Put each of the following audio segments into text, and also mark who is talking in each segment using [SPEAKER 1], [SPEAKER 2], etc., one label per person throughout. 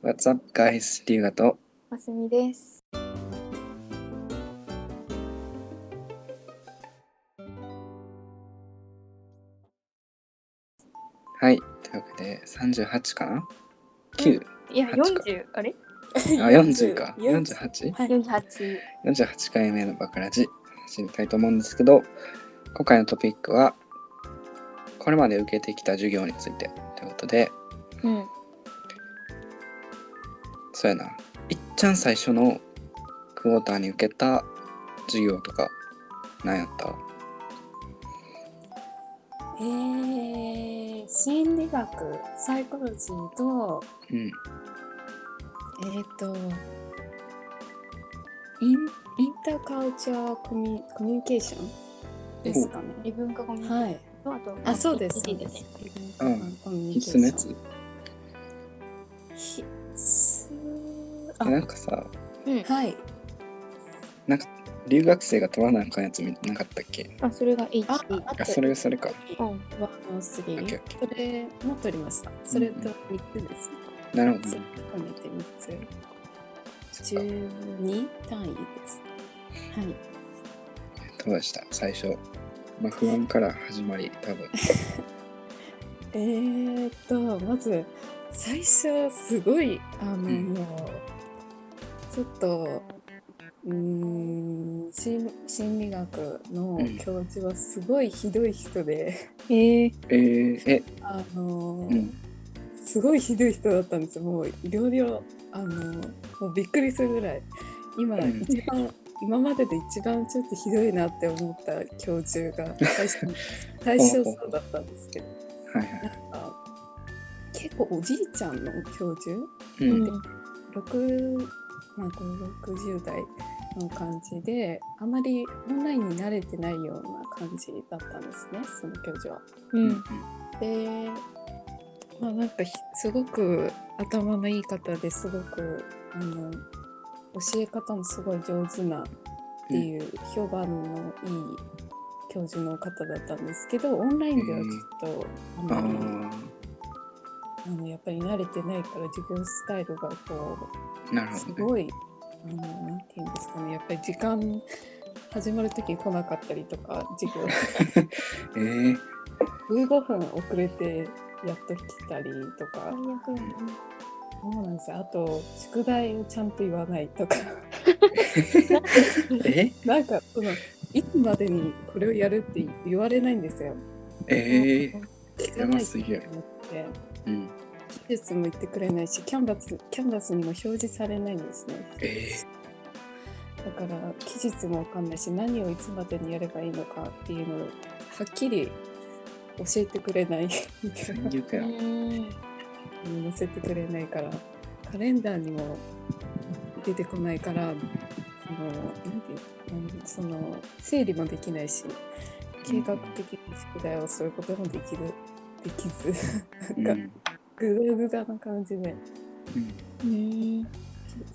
[SPEAKER 1] What's up, guys? リュウガと。
[SPEAKER 2] ますみです。
[SPEAKER 1] はい。というわけで、38かな ?9?
[SPEAKER 2] いや、
[SPEAKER 1] 八か
[SPEAKER 2] 四十、あれ、
[SPEAKER 1] あ、40か。
[SPEAKER 3] 40
[SPEAKER 1] 48?48
[SPEAKER 3] はい
[SPEAKER 2] 四十八。
[SPEAKER 1] 回目のバカラジ、知りたいと思うんですけど、今回のトピックは、これまで受けてきた授業についてということで、
[SPEAKER 2] うん。
[SPEAKER 1] そうやな。いっちゃん最初のクォーターに受けた授業とか、何やった
[SPEAKER 3] えー、心理学、サイコロジーと、
[SPEAKER 1] うん。
[SPEAKER 3] えっ、ー、と、インインターカルチャーコミコミュニケーションですかね。
[SPEAKER 2] 異文化コミュニケー
[SPEAKER 3] はい。
[SPEAKER 2] ションと、あと。
[SPEAKER 3] あ、そうです。
[SPEAKER 2] い
[SPEAKER 3] そう
[SPEAKER 2] いで
[SPEAKER 3] ですす
[SPEAKER 2] ね。。
[SPEAKER 1] うん
[SPEAKER 3] コミュニケー
[SPEAKER 1] 必
[SPEAKER 3] シ
[SPEAKER 1] 須
[SPEAKER 3] ョ
[SPEAKER 1] のやつ。え
[SPEAKER 3] ン必須。
[SPEAKER 1] なんかさ、
[SPEAKER 2] うん
[SPEAKER 3] あ、。はい。
[SPEAKER 1] 留学生が取らなあかんやつみなかったっけ
[SPEAKER 2] あ、それが H.
[SPEAKER 3] あ、あ
[SPEAKER 1] あ、それそれか。
[SPEAKER 2] うん。
[SPEAKER 3] ワンのスリ
[SPEAKER 1] オッケー
[SPEAKER 3] ー
[SPEAKER 1] オッケ。
[SPEAKER 3] それも取りました。それと三つですね。
[SPEAKER 1] なるほど
[SPEAKER 3] そ
[SPEAKER 1] ね
[SPEAKER 3] れ。含めて三つ。
[SPEAKER 1] そっか
[SPEAKER 3] 十二単位です。はい。
[SPEAKER 1] どうでした最初。まあ、不安から始まり、多分。
[SPEAKER 3] えー、っとまず最初はすごいあの、
[SPEAKER 1] ん
[SPEAKER 3] もうちょっとうーん心心理学の
[SPEAKER 1] うん
[SPEAKER 3] 教授はすごいひどい人で、
[SPEAKER 2] ええ。
[SPEAKER 1] えー、え、
[SPEAKER 3] あの、
[SPEAKER 1] うん。
[SPEAKER 3] すごいひどい人だったんですよもういろいろあのもうびっくりするぐらい今、
[SPEAKER 1] うん
[SPEAKER 3] 一番今までで一番ちょっとひどいなって思った教授が最初 最初そうだったんですけど
[SPEAKER 1] はいはい。
[SPEAKER 3] あ結構おじいちゃんの教授
[SPEAKER 1] う。
[SPEAKER 2] うんん。
[SPEAKER 3] 6まあ、5 60代の感じであまりオンラインに慣れてないような感じだったんですねその教授は。
[SPEAKER 2] うん。
[SPEAKER 3] でまあなんかひすごく頭のいい方ですごくあの教え方もすごい上手なっていう評判のいい教授の方だったんですけどオンラインではちょっと、
[SPEAKER 1] あ
[SPEAKER 3] あの
[SPEAKER 1] あ
[SPEAKER 3] あのやっぱり慣れてないから授業スタイルがこ
[SPEAKER 1] ー、なる
[SPEAKER 3] うす
[SPEAKER 1] ほどね。
[SPEAKER 3] ごいあのなんていうんですかねやっぱり時間始まる時に来なかったりとか授 業
[SPEAKER 1] えー、
[SPEAKER 3] 15分遅れてやっと来たりとか
[SPEAKER 2] 最悪やな。
[SPEAKER 3] そうなんですよあと宿題をちゃんと言わないとか
[SPEAKER 1] え
[SPEAKER 3] なんかそのいつまでにこれをやるって言われないんですよ。
[SPEAKER 1] えー、
[SPEAKER 3] 聞
[SPEAKER 1] やばすぎる
[SPEAKER 3] と思って
[SPEAKER 1] うん。
[SPEAKER 3] 技術も言ってくれないしキャンバスキャンバスにも表示されないんですね。
[SPEAKER 1] えー、
[SPEAKER 3] だから期日もわかんないし何をいつまでにやればいいのかっていうのをはっきり教えてくれない
[SPEAKER 1] 戦略や。
[SPEAKER 2] うん。
[SPEAKER 3] 載せてくれないからカレンダーにも出てこないからそのなんていうのその整理もできないし計画的に宿題をすることもできるできず
[SPEAKER 1] うん。
[SPEAKER 3] な
[SPEAKER 1] うんん。
[SPEAKER 3] グダグダな感じで
[SPEAKER 2] うん。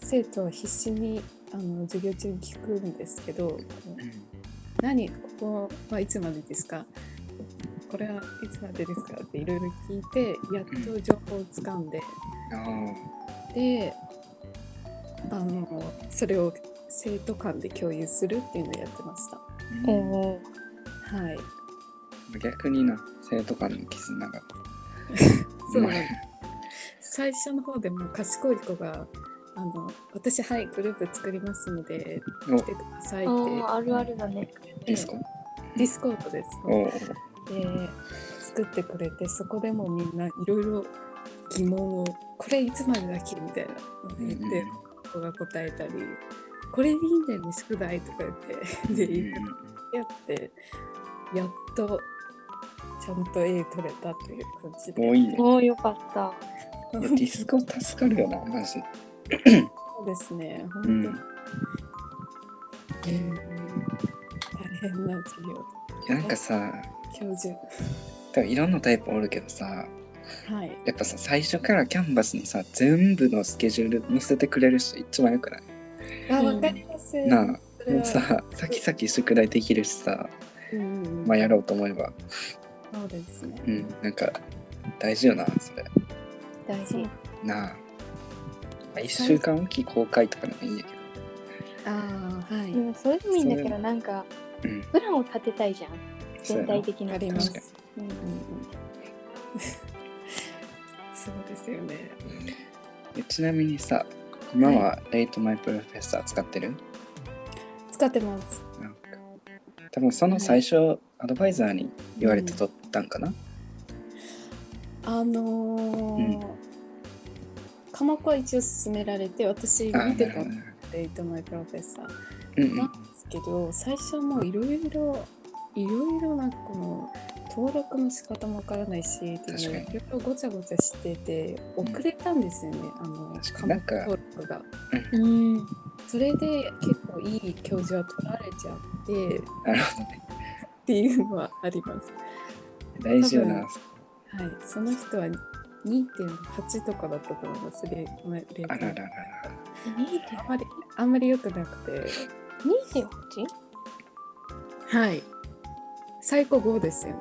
[SPEAKER 3] 生徒は必死にあの授業中に聞くんですけど。
[SPEAKER 1] うん
[SPEAKER 3] 何ここはいつまでですかこれはいつまでですかっていろいろ聞いてやっと情報をつかんで、
[SPEAKER 1] ああ、
[SPEAKER 3] であのそれを生徒間で共有するっていうのをやってました
[SPEAKER 1] う
[SPEAKER 2] お
[SPEAKER 1] ん
[SPEAKER 2] お。
[SPEAKER 3] はい
[SPEAKER 1] 逆にな、生徒間の絆が。
[SPEAKER 3] そうなんです最初の方でもう賢い子があの私はいグループ作りますので
[SPEAKER 1] お
[SPEAKER 3] 来てくださいって
[SPEAKER 2] ああ、あるあるだね。
[SPEAKER 1] ディスコ
[SPEAKER 3] ディスコードです
[SPEAKER 1] おお。
[SPEAKER 3] で作ってくれてそこでもみんないろいろ疑問をこれいつまでだっけみたいなのを
[SPEAKER 1] うん
[SPEAKER 3] 言っ
[SPEAKER 1] うん
[SPEAKER 3] て子が答えたりこれでいいんだよね宿題とか言ってで言いやってやっとちゃんと A 取れたという感
[SPEAKER 1] う
[SPEAKER 3] じ
[SPEAKER 1] ん
[SPEAKER 3] で
[SPEAKER 1] 多いね。
[SPEAKER 2] おお、よかった。
[SPEAKER 1] いやディスコ助かるよな、マジで。
[SPEAKER 3] そうですね本
[SPEAKER 1] う
[SPEAKER 3] 当に、
[SPEAKER 1] ん。
[SPEAKER 3] うん大変な授業
[SPEAKER 1] いやなんかさ、
[SPEAKER 3] 教授
[SPEAKER 1] 多分いろんなタイプおるけどさ、
[SPEAKER 3] はい
[SPEAKER 1] やっぱさ最初からキャンバスにさ全部のスケジュール載せてくれる人一番よくない、
[SPEAKER 3] あわかります
[SPEAKER 1] なあも
[SPEAKER 3] それは
[SPEAKER 1] うさ先々宿題できるしさ、
[SPEAKER 3] うんうんうん
[SPEAKER 1] まあ、やろうと思えば
[SPEAKER 3] そうですね
[SPEAKER 1] うんなんか大事よなそれ
[SPEAKER 3] 大事
[SPEAKER 1] なああ一週間おき公開とかでもいいんだけ
[SPEAKER 3] ああ、は
[SPEAKER 2] で
[SPEAKER 3] い。
[SPEAKER 2] もそれでもいいんだけどなんか
[SPEAKER 1] ど。うん。
[SPEAKER 2] プランを立てたいじゃん
[SPEAKER 1] そう
[SPEAKER 2] 全
[SPEAKER 1] やな
[SPEAKER 2] 体的に
[SPEAKER 3] あります
[SPEAKER 1] 確。
[SPEAKER 2] うん
[SPEAKER 3] うんうんそうですよね。
[SPEAKER 1] えちなみにさ、今はレイトマイプロフェッサー使ってる
[SPEAKER 3] 使ってます。
[SPEAKER 1] なんか多分その最初、アドバイザーに言われて取ったんかな、
[SPEAKER 3] あのー科目は一応勧められて、私
[SPEAKER 1] あ
[SPEAKER 3] 見て
[SPEAKER 1] な
[SPEAKER 3] た
[SPEAKER 1] るほどなる
[SPEAKER 3] レイトマイプロフェッサーで
[SPEAKER 1] ほどうんうん
[SPEAKER 3] すけど、最初もういろいろ、いろいろなんかこの登録の仕方もわからないし、で
[SPEAKER 1] かに
[SPEAKER 3] いろいろごちゃごちゃしてて、遅れたんですよね、あの、
[SPEAKER 1] 確か
[SPEAKER 3] 科
[SPEAKER 1] になん
[SPEAKER 3] 目
[SPEAKER 1] か
[SPEAKER 3] 登録が。
[SPEAKER 2] うん
[SPEAKER 3] それで結構いい教授は取られちゃって、っ
[SPEAKER 1] なるほどね。
[SPEAKER 3] ていうのはあります。
[SPEAKER 1] 大事よ
[SPEAKER 3] 多
[SPEAKER 1] な
[SPEAKER 3] 分。はい、その人は2.8とかだったと思います。レまレ
[SPEAKER 1] あらららら。
[SPEAKER 3] あんまりあんまり良くなくて、
[SPEAKER 2] 2.8?
[SPEAKER 3] はい、最高5ですよね。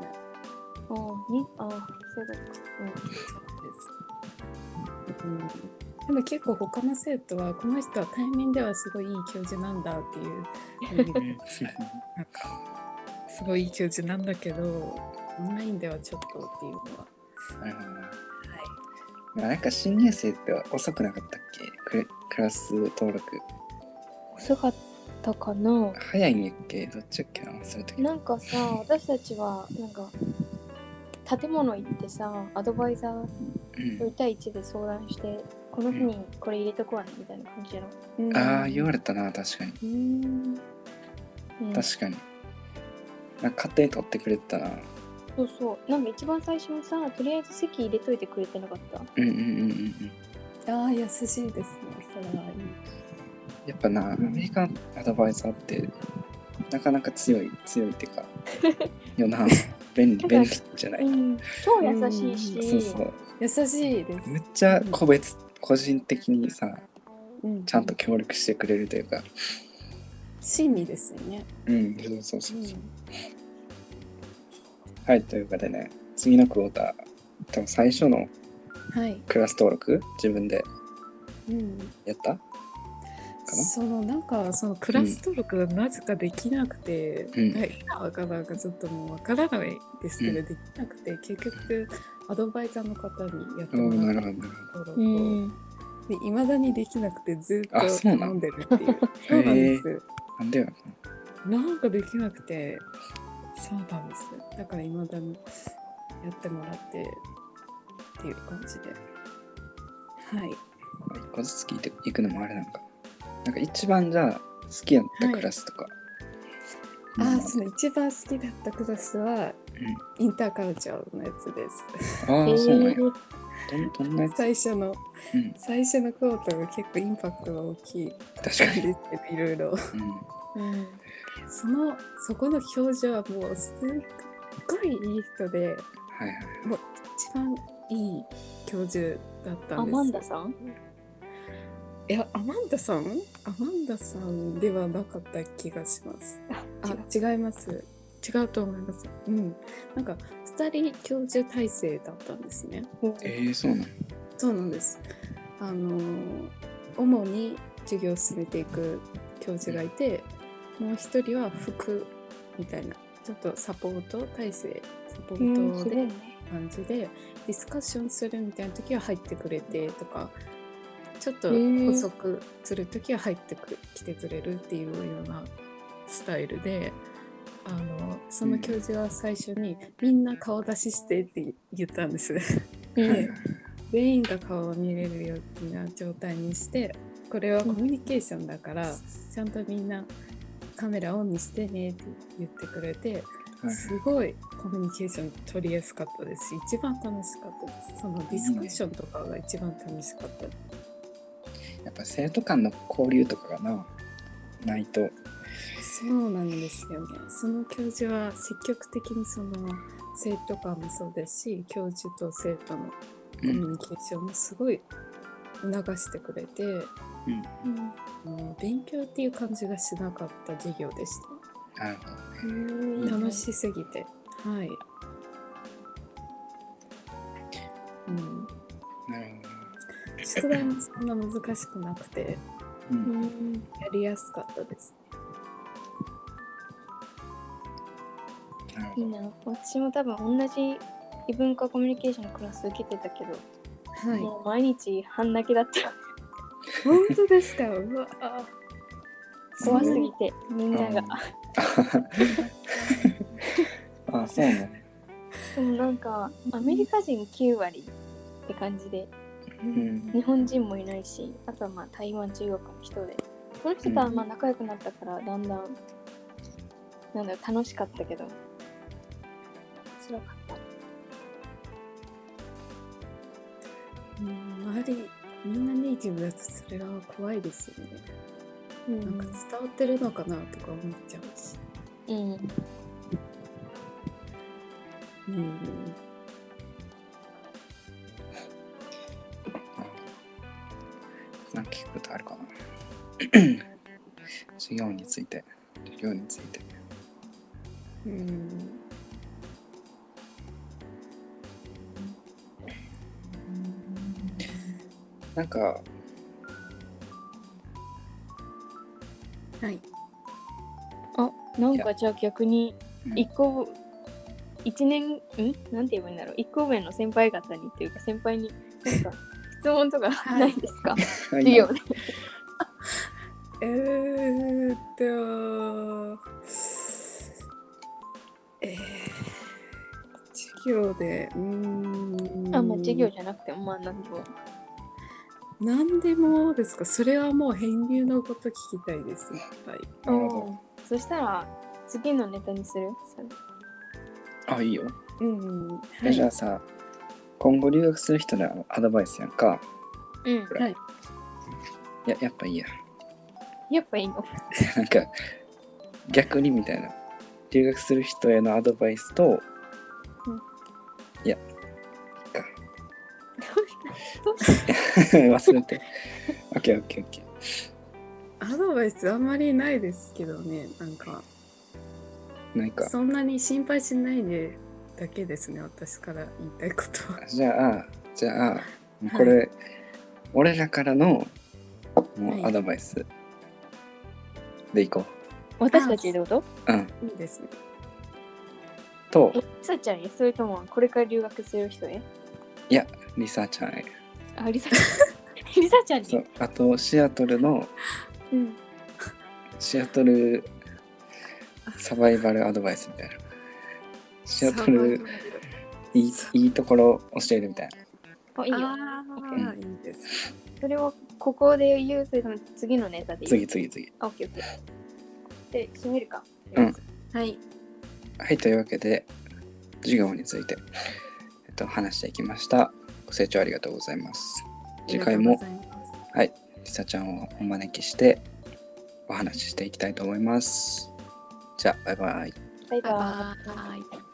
[SPEAKER 2] ああにああそういうことか
[SPEAKER 3] うん、でも結構他の生徒はこの人は対面ではすごいいい教授なんだっていう風になんかすごいいい教授なんだけどオンラインではちょっとっていうのは、
[SPEAKER 1] なるほどな。
[SPEAKER 3] はい、
[SPEAKER 1] まあ なんか新入生って遅くなかったっけクレクラス登録。
[SPEAKER 2] うん遅かったかな
[SPEAKER 1] 早いんやっけどっちやっけな忘れたけど。
[SPEAKER 2] なんかさ私たちはなんか建物行ってさアドバイザー
[SPEAKER 1] うん
[SPEAKER 2] 1対1で相談してこの日にこれ入れとこわねみたいな感じやろ、
[SPEAKER 3] うん
[SPEAKER 1] ああ、言われたな、確かに。
[SPEAKER 3] うん
[SPEAKER 2] うん、
[SPEAKER 1] 確かに。なんか勝手に取ってくれてたな。
[SPEAKER 2] そうそうなんか一番最初にさとりあえず席入れといてくれてなかった
[SPEAKER 1] うんうんうんうんうん。
[SPEAKER 3] ああ優しいですねそれはいい
[SPEAKER 1] やっぱな、アメリカンアドバイザーって、なかなか強い、強いってか、よ な、便利、便利じゃな
[SPEAKER 2] う
[SPEAKER 1] いか。
[SPEAKER 2] ん超優しいし、
[SPEAKER 1] そうそう。
[SPEAKER 3] 優しいです。
[SPEAKER 1] めっちゃ個別、個人的にさ、
[SPEAKER 3] うん
[SPEAKER 1] ちゃんと協力してくれるというか、
[SPEAKER 3] 真理ですよね。
[SPEAKER 1] うん、そうそうそうう。
[SPEAKER 3] ん
[SPEAKER 1] はい、ということでね、次のクォーター、多分最初の
[SPEAKER 3] はい。
[SPEAKER 1] クラス登録、自分で
[SPEAKER 3] うん。
[SPEAKER 1] やったかな
[SPEAKER 3] そのなんかそのクラス登録がなぜかできなくて、
[SPEAKER 1] うん
[SPEAKER 3] はい今はかなんかちょっともうわからないですけど、
[SPEAKER 1] うん
[SPEAKER 3] できなくて結局アドバイザーの方にやって
[SPEAKER 1] おー
[SPEAKER 3] も
[SPEAKER 1] な
[SPEAKER 3] ら
[SPEAKER 1] るほ
[SPEAKER 3] っ
[SPEAKER 1] ど、なる
[SPEAKER 3] たとこ
[SPEAKER 2] う
[SPEAKER 3] ろ
[SPEAKER 2] ん、
[SPEAKER 3] といまだにできなくてず
[SPEAKER 1] あ
[SPEAKER 3] っと
[SPEAKER 1] そうな
[SPEAKER 3] 飲
[SPEAKER 1] の
[SPEAKER 3] んでるっていう。
[SPEAKER 1] へー
[SPEAKER 3] そうなんです。
[SPEAKER 1] ほど。なんでよ。
[SPEAKER 3] なんかできなくてそうなんです。だからいまだにやってもらってっていう感じで。はい。
[SPEAKER 1] まあ一個ずつ聞いていくのもあれなんか。なんか一番じゃあ、好きやったクラスとか。
[SPEAKER 3] あ
[SPEAKER 1] うん
[SPEAKER 3] ーその一番好きだったクラスはインターカルチャーのやつです。
[SPEAKER 1] ああ、そうなんや。
[SPEAKER 2] えー
[SPEAKER 1] どんどんなやつ、
[SPEAKER 3] 最初の
[SPEAKER 1] うん、
[SPEAKER 3] 最初のクォーターが結構インパクトが大きいん
[SPEAKER 1] 確かに。
[SPEAKER 3] ですけどいろいろ。
[SPEAKER 1] うん
[SPEAKER 2] うん
[SPEAKER 3] そのそこの表情はもうすっごいいい人で
[SPEAKER 1] はいはい。
[SPEAKER 3] 一番いい教授だった
[SPEAKER 2] ア
[SPEAKER 3] んです。
[SPEAKER 2] マンダさん
[SPEAKER 3] いやアマンダさんアマンダさんではなかった気がします。あ違います。違うと思います。うん。なんか2人教授体制だったんですね。
[SPEAKER 1] えー、そうなんや
[SPEAKER 3] そうなんです。あのー主に授業を進めていく教授がいて、もう一人は副みたいな、ちょっとサポート体制、サポ
[SPEAKER 2] うんうん
[SPEAKER 3] ー
[SPEAKER 2] す
[SPEAKER 3] ト
[SPEAKER 2] ごい
[SPEAKER 3] で
[SPEAKER 2] ね
[SPEAKER 3] 感じで、ディスカッションするみたいな時は入ってくれてとか、ちょっと
[SPEAKER 2] へー
[SPEAKER 3] 補足する時は入ってく来てくれるっていうようなスタイルで。あのその教授は最初に、みんな顔出ししてって言ったんです。
[SPEAKER 2] う
[SPEAKER 1] はいはいはい
[SPEAKER 2] ん
[SPEAKER 3] 全員が顔を見れるような状態にしてこれはコミュニケーションだからちゃんとみんなカメラオンにしてねって言ってくれてすごいコミュニケーション取りやすかったですし一番楽しかったですそのディスカッションとかが一番楽しかったです
[SPEAKER 1] やっぱ生徒間の交流とかがな、ないと。
[SPEAKER 3] そうなんですよねその教授は積極的にその生徒間もそうですし教授と生徒のコ
[SPEAKER 1] う
[SPEAKER 3] ミ
[SPEAKER 1] ん。
[SPEAKER 3] ュニケーションもすごい促してくれて、
[SPEAKER 1] うん
[SPEAKER 2] うん
[SPEAKER 3] もう勉強っていう感じがしなかった授業でした。
[SPEAKER 1] なるほど。
[SPEAKER 2] うん
[SPEAKER 3] 楽しすぎて。はい。うん、
[SPEAKER 1] なるほど。
[SPEAKER 3] 宿題もそんな難しくなくて、
[SPEAKER 1] う
[SPEAKER 2] うんん
[SPEAKER 3] やりやすかったです。
[SPEAKER 1] なるほ
[SPEAKER 2] いい
[SPEAKER 1] ど
[SPEAKER 2] な私も多分同じ異文化コミュニケーションのクラス受けてたけど、
[SPEAKER 3] はい。
[SPEAKER 2] もう毎日半泣きだった
[SPEAKER 3] 本当ですか。うわあ。
[SPEAKER 2] 怖すぎてみんなが、
[SPEAKER 1] うん あ、そうね。
[SPEAKER 2] でもなんかアメリカ人9割って感じで
[SPEAKER 3] う。
[SPEAKER 1] うんん。
[SPEAKER 2] 日本人もいないしあとはまあ台湾中国の人でこの人とはまあ仲良くなったからだんだん、なんだろう楽しかったけど辛かった
[SPEAKER 3] 周り、みんなネイティブだと、それが怖いですよね。
[SPEAKER 2] う
[SPEAKER 3] なんか
[SPEAKER 2] ん、
[SPEAKER 3] 伝わってるのかなとか思っちゃうし。
[SPEAKER 2] うん、
[SPEAKER 3] うん。
[SPEAKER 1] なんか聞くことあるかな。 授業について。授業について。
[SPEAKER 3] うん。
[SPEAKER 1] なんか、
[SPEAKER 3] はい。
[SPEAKER 2] あなんかじゃあ逆に
[SPEAKER 1] うん
[SPEAKER 2] 一個一年んなんて言えばいいんだろう一個上の先輩方にっていうか先輩になんか質問とか
[SPEAKER 3] はい
[SPEAKER 2] ないですか授業で
[SPEAKER 3] えーっと、えー、授業で、うーん。
[SPEAKER 2] あまあ授業じゃなくてもまあ何でも
[SPEAKER 3] 何でもですか、それはもう編入のこと聞きたいです、いっぱい。
[SPEAKER 1] なるほ
[SPEAKER 2] そしたら次のネタにするそれ
[SPEAKER 1] ど。あ、いいよ。
[SPEAKER 3] うん。は
[SPEAKER 1] えじゃあさ、今後留学する人のアドバイスやんか。
[SPEAKER 2] うん
[SPEAKER 1] これ
[SPEAKER 3] はい
[SPEAKER 1] いや、やっぱいいや。
[SPEAKER 2] やっぱいいの
[SPEAKER 1] なんか、逆にみたいな。留学する人へのアドバイスと、
[SPEAKER 2] うん
[SPEAKER 1] いや、いっか。
[SPEAKER 2] どうし
[SPEAKER 1] 忘れて。オッケーオッケーオッケー。
[SPEAKER 3] アドバイスあんまりないですけどね、なんか、
[SPEAKER 1] なんか、
[SPEAKER 3] そんなに心配しないでだけですね、私から言いたいことは。
[SPEAKER 1] じゃあ、じゃあ、これ、俺らからのもうアドバイスでいこ
[SPEAKER 2] 私たちってこと
[SPEAKER 1] う。うん。
[SPEAKER 3] いいですね。
[SPEAKER 1] と
[SPEAKER 2] え、さっちゃんへそれともこれから留学する人へ
[SPEAKER 1] リサちゃんへ。
[SPEAKER 2] ありさちゃん りさちゃん
[SPEAKER 1] そ
[SPEAKER 2] に
[SPEAKER 1] う。あと、シアトルの、
[SPEAKER 2] うん
[SPEAKER 1] シアトルサバイバルアドバイスみたいな。シアトル
[SPEAKER 3] サバイバル
[SPEAKER 1] いいいいところ教えるみたいな。
[SPEAKER 2] あいいよ
[SPEAKER 3] ああ、いいです。
[SPEAKER 2] それをここで言うそれとも次のネタで言
[SPEAKER 1] 次
[SPEAKER 2] う
[SPEAKER 1] 次次。
[SPEAKER 2] あオッケーオッケーで閉めるか
[SPEAKER 1] うん
[SPEAKER 3] はい。
[SPEAKER 1] はい、というわけで、授業について、えっと、話していきました。ご清聴ありがとうございます。次回も
[SPEAKER 3] ありがとうございます。
[SPEAKER 1] りさちゃんをお招きして、お話ししていきたいと思います。じゃあ、バイバイ。
[SPEAKER 2] バイバイ
[SPEAKER 3] バイバイ。